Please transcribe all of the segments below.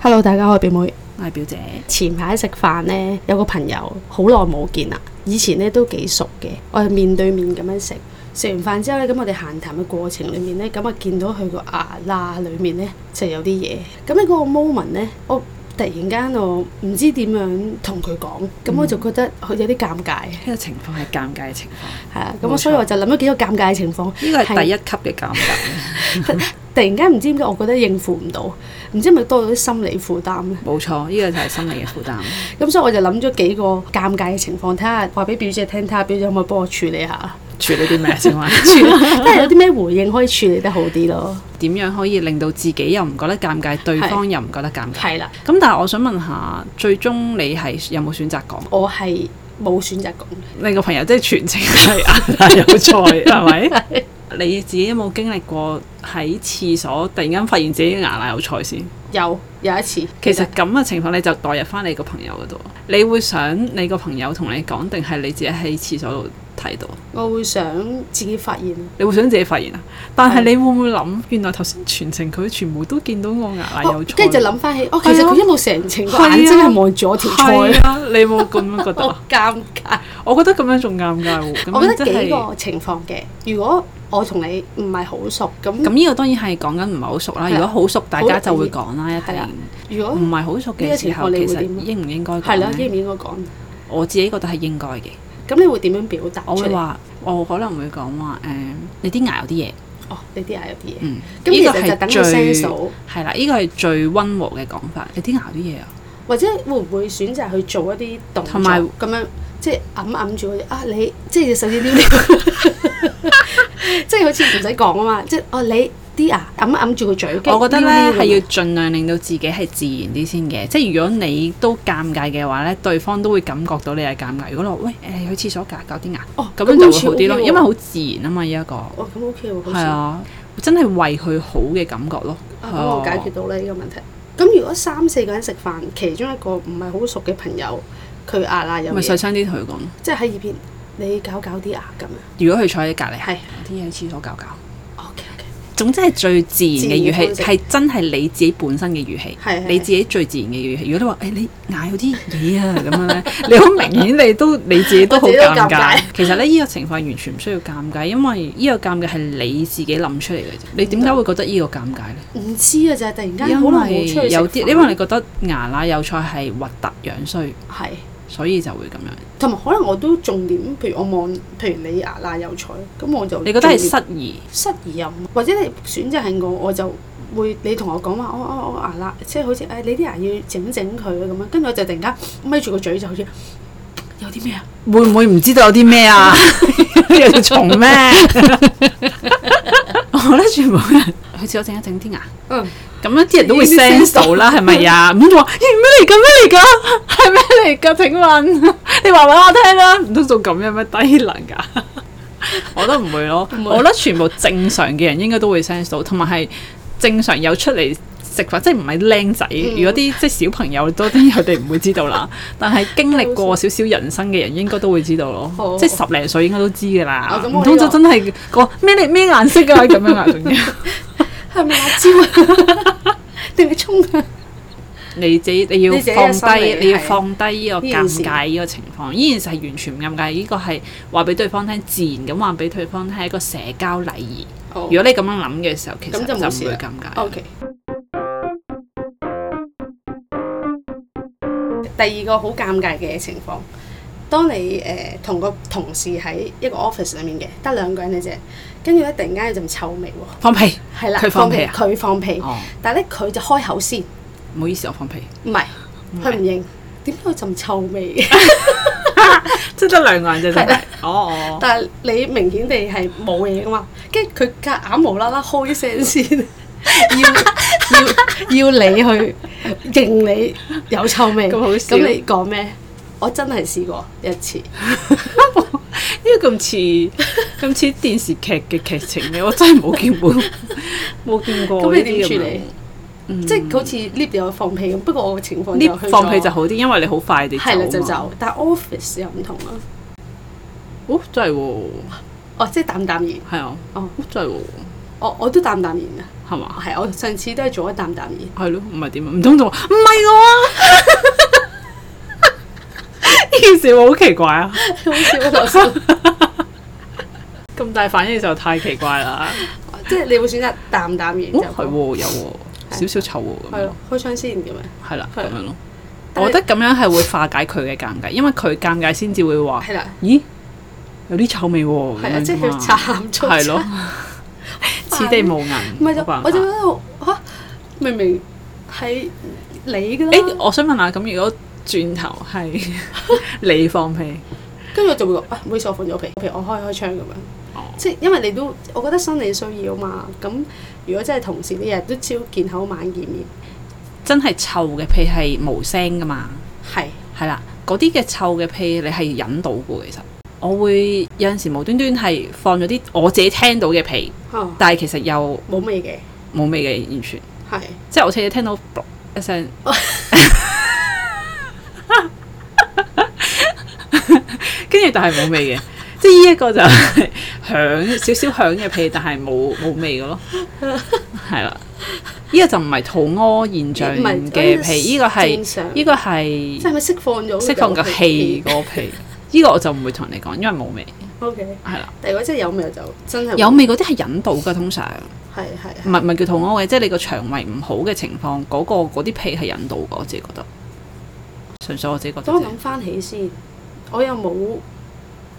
Hello，大家好，我係表妹。我係表姐，前排食飯呢，有個朋友好耐冇見啦，以前呢都幾熟嘅，我係面對面咁樣食。食完飯之後呢，咁我哋閒談嘅過程裡面呢，咁啊見到佢個牙罅裡面呢，就有啲嘢。咁喺嗰個 moment 呢，我突然間我唔知點樣同佢講，咁嗯我就覺得佢有啲尷尬，呢個情況係尷尬嘅情況，係啊。咁冇我錯所以我就諗咗幾個尷尬嘅情況。呢個係係第一級嘅尷 尬，突然間唔知點解，我覺得應付唔到，唔知係咪多咗啲心理負擔呢？冇錯，呢個就係心理嘅負 擔。咁所以我就諗咗幾個尷尬嘅情況，睇下話俾表姐聽，睇下表姐可唔可以幫我處理下， 處理啲咩先話？處理睇下有啲咩回應可以處理得好啲咯。點樣可以令到自己又唔覺得尷尬，對係方又唔覺得尷尬？係啦，咁但係我想問下，最終你係有冇選擇講？我係冇選擇講，你個朋友即係全程係啊係有菜，係 咪？你自己有冇經歷過喺廁所突然間發現自己牙罅有菜先？ 有有一次，其實咁嘅情況，你就代入翻你個朋友嗰度，你會想你個朋友同你講，定係你自己喺廁所度睇到？我會想自己發現，你會想自己發現啊？但係係你會唔會諗，原來頭先全程佢全部都見到我牙啊罅有哦菜，跟住就諗翻起，哦，其實係啊佢一路成程個係啊眼睛係望住我條菜，係啊！你有冇咁樣覺 得好啊？尷尬。我覺得咁樣仲尷尬喎。咁我覺樣得即幾係個情況嘅，如果我同你唔係好熟，咁咁呢個當然係講緊唔係好熟啦。係啊如果好熟，大家就會講啦，一係啊定。如果唔係好熟呢個嘅時情況候，你會其實點啊應唔應該係啦講，應咧？唔應該講？我自己覺得係應該嘅。咁你會點樣表達我出會嚟？話，我可能會講話誒，你啲牙有啲嘢。哦，你啲牙有啲嘢。嗯，咁呢其個實就係等佢 sense 最到，係啦，呢個係最温和嘅講法。你啲牙啲嘢啊，或者會唔會選擇去做一啲動作同埋咁樣，即係揞揞住嗰啲啊你，即係隻手指黏黏， 即係好似唔使講啊嘛，即係哦你啲牙揞揞住個嘴，跟住我覺得撩撩咧咁係要盡量令到自己係自然啲先嘅。即係如果你都尷尬嘅話咧，對方都會感覺到你係尷尬。如果你話喂誒、去廁所搞搞啲牙，哦咁樣就會似好啲咯， OK 喎因為好自然啊嘛呢一個哦咁 OK 喎，係啊，啊，真係為佢好嘅感覺咯。啊咁我解決到咧呢個問題。咁如果三四個人食飯，其中一個唔係好熟嘅朋友，佢啊牙罅有咪細嘢，聲啲同佢講咯。即係喺耳邊你搞搞啲牙啊咁樣，如果佢坐喺隔離，係哦有啲嘢喺廁所搞搞。 OK OK。總之係最自然嘅語自然嘅氣，方式係真係你自己本身嘅語氣係係，你自己最自然嘅語氣。如果你話誒、哎你牙有啲嘢啊咁樣咧， 你好明顯你都你自己都好我自己都尷尷尬尬。其實咧呢、個情況完全唔需要尷尬，因為呢個尷尬係你自己諗出嚟嘅啫。你點解會覺得呢個尷尬咧？唔知啊，就係突然間好因耐冇出去為食有飯啲，因為你覺得牙罅有菜係核突樣衰，係，所以就會咁樣。同埋可能我都重點，譬如我望，譬如你牙罅有菜，咁我就你覺得重點係失儀，失疑又唔，或者你選擇係我，我就會你同我講話，我我我牙罅，即係好似誒、哎你啲牙要整整佢咁樣，跟住我就突然間咪住個嘴就好似有啲咩啊，會唔會唔知道有啲咩 啊？有條蟲 咩？我覺得全部人去廁所整一整啲牙。嗯，咁樣啲人都會已經 sense sense 到啦，係咪啊 呀？咁就話咦咩嚟㗎？ 咩嚟㗎？係咩嚟㗎？請問 你話俾我聽啦，唔通仲咁樣咩低能㗎？ 我覺得唔會咯，唔會我覺得全部正常嘅人應該都會 sense 到，同埋係正常有出嚟食飯，即係唔係僆仔。如果啲即係小朋友多啲，佢哋唔會知道 啦。但係經歷過少少人生嘅人，應該都會知道好咯。即係十零歲應該都知㗎啦哦。咁我唔通呢個就真係個咩嚟咩顏色啊咁樣啊？ 仲要係咪辣椒啊 定係葱啊？你自己你要你自己放嘅心理低，你要係放低呢個呢件事尷尬呢個情況，呢件事係完全唔尷尬，呢個係話俾對方聽，自然咁話俾對方聽係一個社交禮儀。如如果你咁樣諗嘅時候，其實咁就就冇事唔會啦尷尬。 OK。第二個好尷尬嘅情況，當你誒、呃同個同事喺一個 office 裡面嘅，得兩個人嘅啫，跟住咧突然間有陣臭味喎，放屁！係啦，佢放屁啊佢放屁，哦，但係咧佢就開口先，唔好意思，我放屁，唔係唔係佢唔認，點解有陣臭味嘅？即係得兩個人啫，真係係啦。哦哦，但係你明顯地係冇嘢噶嘛，跟住佢夾硬無啦啦開聲先， 要要要你去認你有臭味，咁好笑咁你講咩？我真係試過一次，哦 呢個咁似咁似電視劇嘅劇情嘅，我真係冇見 過，冇見過。咁你點處理？？嗯即係好似 lift 有放屁咁，不過我嘅情況呢就去咗放屁就好啲，因為你好快地啊係啦就嘛。走，但係 office 又唔同啦，哦，真係喎，哦即係淡淡然，係啊，哦哦，真係喎。我我都淡淡然啊，係嘛？係我上次都係做一啖啖嘢，係咯，唔係點啊？唔通就話唔係我啊？ 呢件事 會好奇怪啊！好 笑啊！頭先咁大反應就太奇怪 啦！即係你會選擇啖啖嘢啊哦，就係喎，有喎，少少臭喎咁係樣咯，，開窗先咁樣。係啦，係咁樣咯。但係我覺得咁樣係會化解佢嘅尷尬，因為佢尷尬先至會話：係啦，咦，有啲臭味喎。係啊，即係佢佢慘咗。係咯，此地無銀。唔係就冇辦我就法喺度嚇，明明係你㗎誒啦，，我想問下，咁如果轉頭 係 你放屁，跟住我就會話啊，唔好意思，我放咗屁，譬如我開開窗咁樣哦。即係因為你都，我覺得生理需要嘛。咁如果真係同事，你日日都朝見口晚見面，真係臭嘅屁係無聲噶嘛？係係啦，嗰啲嘅臭嘅屁你係忍到嘅其實。我會有陣時無端端係放咗啲我自己聽到嘅屁，嚇但係其實又冇味嘅，冇味嘅完全。係即係我次次聽到噗一聲，跟住但係冇味嘅，即係呢一個就係響少少響嘅屁，但係冇冇味嘅咯，係啦。呢、個就唔係肚屙現象唔係嘅屁，呢個正係常呢個即係係咪釋放咗？釋放個氣。嗰個屁。呢個我就唔會同你講，因為冇味， O K，係啦。但如果真係有味就真係會有味嗰啲係引導嘅，通常係係唔係唔係叫肚屙嘅，即係你個腸胃唔好嘅情況，嗰、個嗰啲屁係引導嘅，我自己覺得。純粹我自己覺得等我啫。諗翻起先，我又冇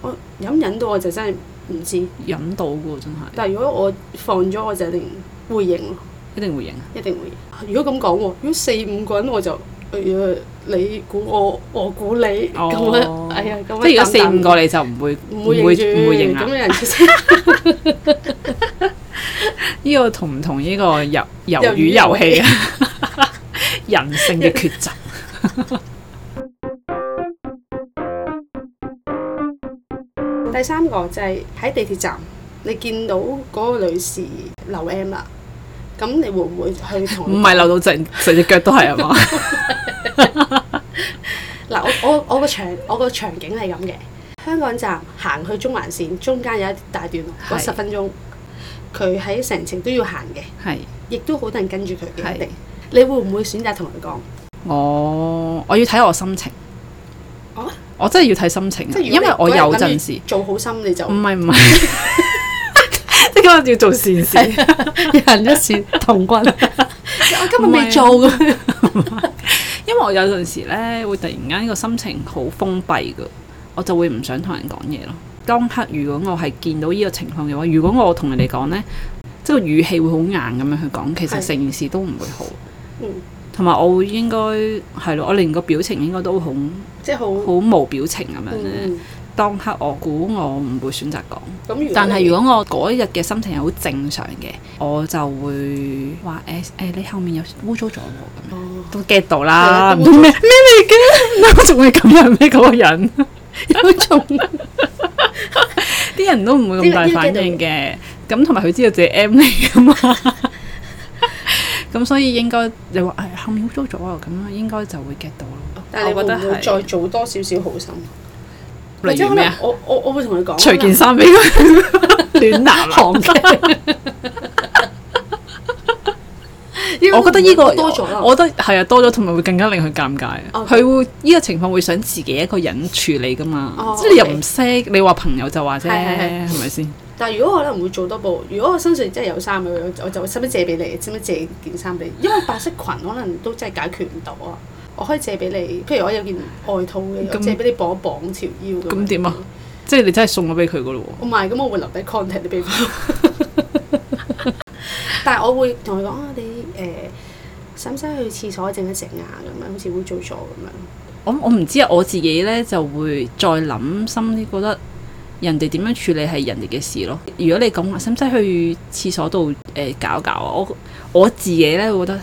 我飲唔飲到我就真係唔知。引導嘅喎，真係但係如果我放咗我就一定會認咯，一定會贏。一定會認。如果咁講喎，如果四五個人我就誒、呃你估我，我估你咁、哦樣，哎呀咁樣即係如果四五淡個你就唔會淡唔唔會會認唔住，會贏咁啦有。人 出聲，呢個同唔同呢個遊魷魚魷魚遊戲啊？ 人性嘅抉擇。第三個就係喺地鐵站，你見到嗰個女士留 M 啦，咁你會唔會去同唔佢係流到成成隻腳都係啊 嘛？嗱，我我我個場我個場景係咁嘅，香港站行去中環線，中間有一大段路，嗰係十分鐘，佢喺成程都要行嘅，係亦都好多人跟住佢嘅，係一定。你會唔會選擇同佢講？我我要睇我心情哦。我真係要睇心情啊，即係因為我有陣時嗯做好心你就唔係 唔係， 即係今日要做善事。人一線同軍，我今日唔係未啊做嘅，因為我有陣時咧會突然間個心情好封閉嘅，我就會唔想同人講嘢咯。當刻如果我係見到呢個情況嘅話，如果我同人哋講呢，即係個語氣會好硬咁樣去講，其實係成件事都唔會好。嗯同埋我會應該係咯，我連個表情應該都好即係好。好啊冇表情咁樣咧。嗯當刻我估我唔會選擇講。咁如果但係你如果我嗰一日嘅心情係好正常嘅，我就會話誒誒，你後面有污糟咗喎咁樣。哦都 get 到係啦，啊唔通咩咩嚟嘅？ 我仲會咁樣咩？嗰個人， 有種啲人都唔會咁大反應嘅。咁同埋佢知道自己 M 嚟噶嘛， 咁所以應該你話誒後面污糟咗啊，咁應該就會 get 到咯。但係你會我覺得唔會係再做多少少好心？例如咩啊？我我我會同佢講，除件衫俾佢 暖男啊！行嘅。我覺得呢個多咗啦，我覺得係啊多咗，同埋會更加令佢尷尬啊。哦佢會呢個情況會想自己一個人處理噶嘛哦，即係你又 OK 唔識，你話朋友就話啫，係係係係咪先？但係如果我可能會做多步，如果我身上真係有衫嘅，我就使唔使借俾你？使唔使借件衫俾你？因為白色裙可能都真係解決唔到啊。我可以借俾你，譬如我有件外套嘅，我咁借俾你綁一綁條腰咁樣。咁點啊即係你真係送咗俾佢噶咯喎。我賣咁，我會留低 contact 你俾佢。 但係我會同佢講啊，你誒使唔使去廁所整一整啊？咁樣好似會做咗咁樣。我我唔知啊，我自己咧就會再諗深啲，覺得人哋點樣處理係人哋嘅事咯。如果你講話使唔使去廁所度誒、呃搞搞啊，我我自己咧會覺得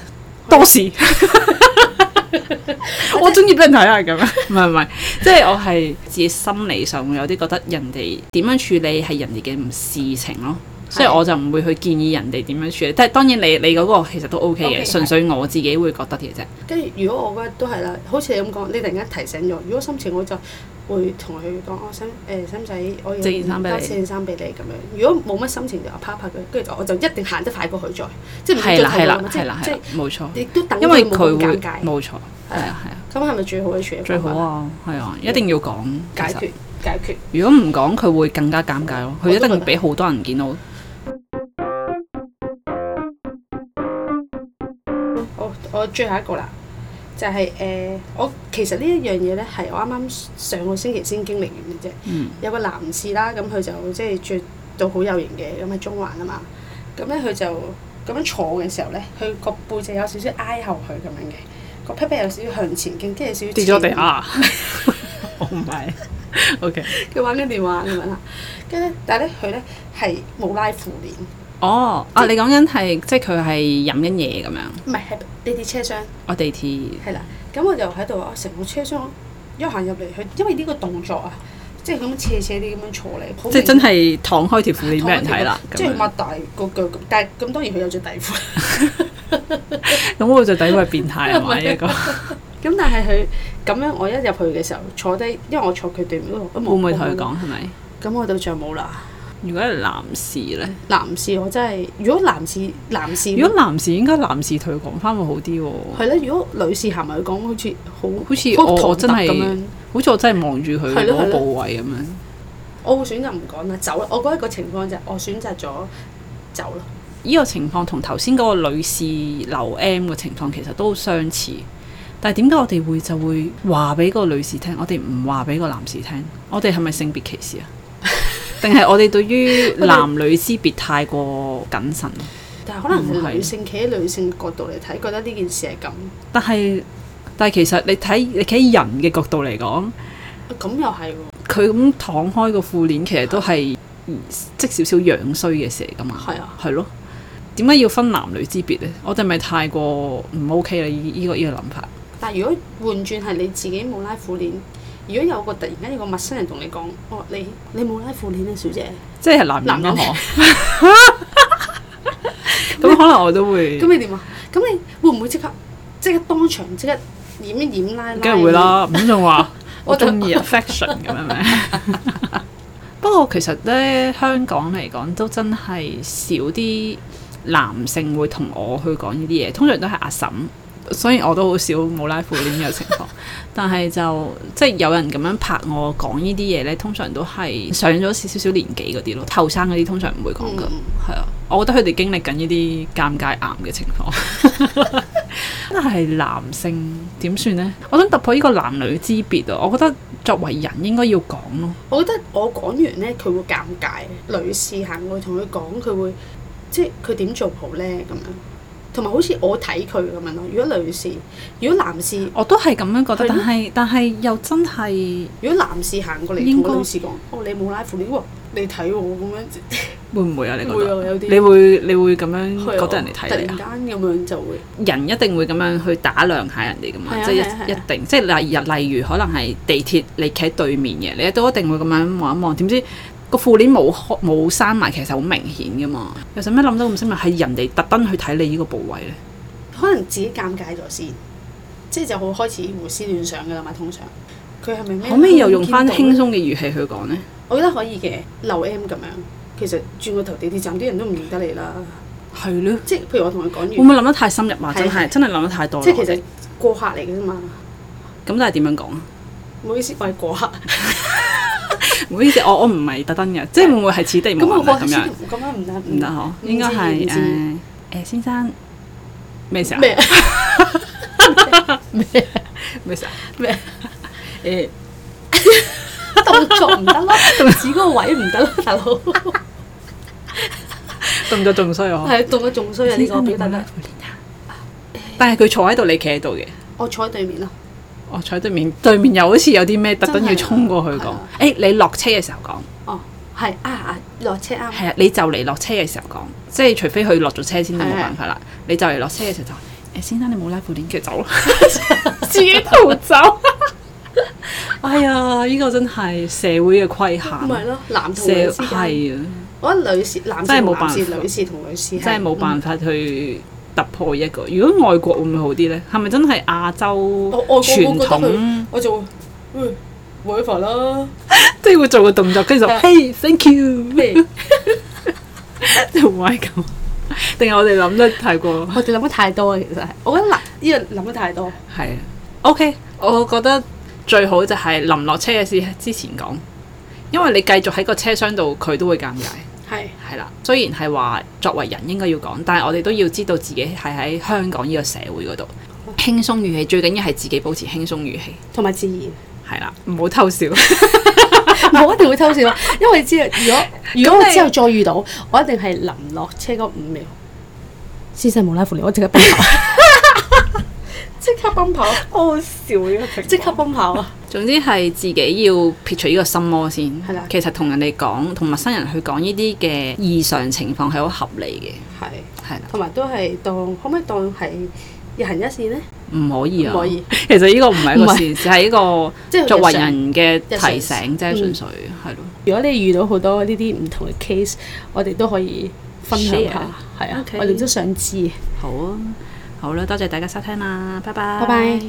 多事， 我中意俾人睇下咁 樣。唔係唔係，即係我係自己心理上會有啲覺得人哋點樣處理係人哋嘅唔事情咯。所以我就唔會去建議人哋點樣處理。但係當然你你嗰個其實都 OK 嘅 OK，係純粹我自己會覺得嘅啫。跟住如果我覺得都係啦，好似你咁講，你突然間提醒咗，如果心情我就會同佢講，我使誒使唔使我要借件衫俾你交四件衫俾你咁樣。如果冇乜心情就啪啪佢，跟住就我就一定行得快過佢再，即係唔係會再啦睇係到啦啦嘛即係啦係係即啦係，冇錯。亦都等因為為佢會尷尬。冇錯，係啊係啊，咁係咪最好嘅處理最方好法？啊，係啊，一定要講。其解實決解決。如果唔講，佢會更加尷尬咯。佢一我都覺定會得俾好多人見到。我我最後一個啦，就係、誒、我其實呢一樣嘢咧係我啱啱上個星期先經歷完嘅啫。嗯有個男士啦，咁佢就即係着到好有型嘅，咁喺中環啊嘛。咁咧佢就咁樣坐嘅時候咧，佢個背脊有少少挨後佢咁樣嘅，個 pat pat 有少少向前傾，跟住有少少跌咗地啊前 下，我哦唔係。O K，佢玩緊電話咁樣啦，跟住咧，但係咧佢咧係冇拉褲鏈，哦，啊，你講緊係即係佢係飲緊嘢咁樣，唔係係地鐵車廂。我地鐵係啦，咁我就喺度啊，成個車廂一行入嚟，佢因為呢個動作啊，即係咁樣斜斜啲咁樣坐嚟，好即係明真係躺開條褲鏈俾人睇啦。即係咁樣擘大個腳咁，但係咁當然佢有着底褲，咁我就底位變態係咪 一個？咁但係佢咁樣我一入去嘅時候坐低，因為我坐佢對面嗰度，我會冇唔會同佢？講係咪？咁我對象冇啦，如果係男士咧，男士我真係，如果男士男士，如果男士應該男士同佢講翻會好啲喎。啊係咧，如果女士行埋去講，好似好好似好我我唐突真係咁樣。好似我真係望住佢係嗰咯個係咯部位咁樣。我會選擇唔講啦，走啦。我覺得個情況就係我選擇咗走啦。呢個情況同頭先嗰個女士留 M 嘅情況其實都好相似，但係點解我哋會就會話俾個女士聽，我哋唔話俾個男士聽？我哋係咪性別歧 視啊？定係我哋對於男女之別太過謹慎？啊但係可能唔係係女性企喺女性角度嚟睇，覺得呢件事係咁，但係但係其實你睇你企喺人嘅角度嚟講，咁又係喎，佢咁躺開個褲鏈，其實都係即少少樣衰嘅事嚟㗎嘛。係啊，係咯。點解要分男女之別咧？我哋咪太過唔 OK 啦！依、依個依、個諗法。但係如果換轉係你自己冇拉褲鏈，如果有個突然間有個陌生人同你講，哦，你你冇拉褲鏈啊，小姐，即係男人咯，男人嗬。 咁可能我都會，咁你點啊？咁你會唔會即刻即刻當場即刻掩一掩拉拉？梗係會，啦。咁仲話我我就中意 affection 咁樣咩？不過其實咧，香港嚟講都真係少啲男性會同我去講呢啲嘢，通常都係阿嬸。所以我都好少冇拉褲鏈嘅情況，但係就即係有人咁樣拍我講呢啲嘢咧，通常都係上咗少少少年紀嗰啲咯，後生嗰啲通常唔會講噶。嗯，係啊，我覺得佢哋經歷緊呢啲尷尬癌嘅情況。但係男性點算呢？我想突破呢個男女之別啊！我覺得作為人應該要講咯。我覺得我講完咧，佢會尷尬，女士行過去同佢講，佢會即係佢點做好咧咁樣，同埋好似我睇佢咁樣咯。如果女士，如果男士。我都係咁樣覺係咯得，但係但係又真係如果男士行過應嚟該同個女士講：哦，你冇拉褲鏈喎，你睇我咁樣，會唔會啊？你覺會啊得？有啲你會你會咁樣係啊覺得人哋睇你突然啊？間咁樣就會人一定會咁樣去打量下人哋噶嘛係，啊即係係啊係一一啊定，即係例如例如可能係地鐵你企喺對面嘅，你都一定會咁樣望一望，點知個褲鏈冇開冇閂埋，其實好明顯噶嘛。又使咩諗得咁深入？係人哋特登去睇你呢個部位咧？可能自己尷尬咗先，即係就好開始胡思亂想㗎啦嘛。通常佢係咪咩？可唔可以又用翻見到啊輕鬆嘅語氣去講呢？我覺得可以嘅，留 M 咁樣。其實轉個頭地鐵站啲人都唔認得你啦。係咯，即係譬如我同佢講會完，唔會諗得太深入啊？係真係真係諗得太多啦。即係其實過客嚟嘅啫嘛。咁，但係點樣講啊？唔好意思，我係過客。唔好意思，我我唔係特登嘅，即係會唔會係此地咁無我銀啊過咁客樣先？咁樣唔得唔得嗬，應該係唔知誒誒先生咩事啊？咩？ 咩事啊？咩 誒動作唔 得咯，指嗰個位唔得咯， 大佬。哦動作仲衰我。係動得仲衰啊！呢個表達得，啊但係佢坐喺度，你企喺度嘅。我哦坐喺對面咯。我坐喺對面，對面又好似有啲咩特登要真係啊衝過去講係啊。誒，你落車嘅時候講，哦，係啊啊，落車啱。係啊，你就嚟落車嘅時候講，即係除非佢落咗車先都冇係啊辦法啦。你就嚟落車嘅時候就話誒先生，你冇拉褲鏈，跟住走啦， 自己逃 走。哎呀，呢個真係社會嘅規唔限啊係。咯，男同社女之間係啊，我覺得女士、男士真係同冇辦男法士、女士同女士係真係冇辦法去突破一個。如果外國會唔會好啲呢？係咪真係亞洲我我覺得傳佢統，我就會嗯 w h a 啦，即係會做個動作，跟住就 Hey thank you， 咩？即係會唔會係咁？定係我哋諗得太 過我哋諗得太多啊，其實係，我覺得嗱，呢樣諗得太多。係啊？OK，我覺得最好就係臨落車嘅事之前講，因為你繼續喺個車廂度，佢都會尷尬。係係啦，雖然係話作為人應該要講，但係我哋都要知道自己係喺香港呢個社會嗰度，輕鬆語氣最緊要係自己保持輕鬆語氣，同埋自 然，係啦，唔好偷笑。我一定會偷笑，啊因為知道如果 如果咁我你之後再遇到，我一定係臨落車嗰五秒，先生無拉扶你，我即刻奔跑， 即刻奔跑，好笑呢個 情即刻奔跑啊！總之係自己要撇除呢個心魔先。係啦其實同人哋講，同陌生人去講呢啲嘅異常情況係好合理係，嘅，係啦，同埋都係當可唔可以當係日行一善呢？唔可以啊。唔可以，其實呢個唔係一唔個係事，只係一個即係作為日常人嘅日常提醒啫，嗯純粹係咯。如果你遇到好多呢啲唔同嘅 case，我哋都可以分享下，係啊 OK 我哋都想知。好啊，好啦，多謝大家收聽啦，拜拜，拜拜。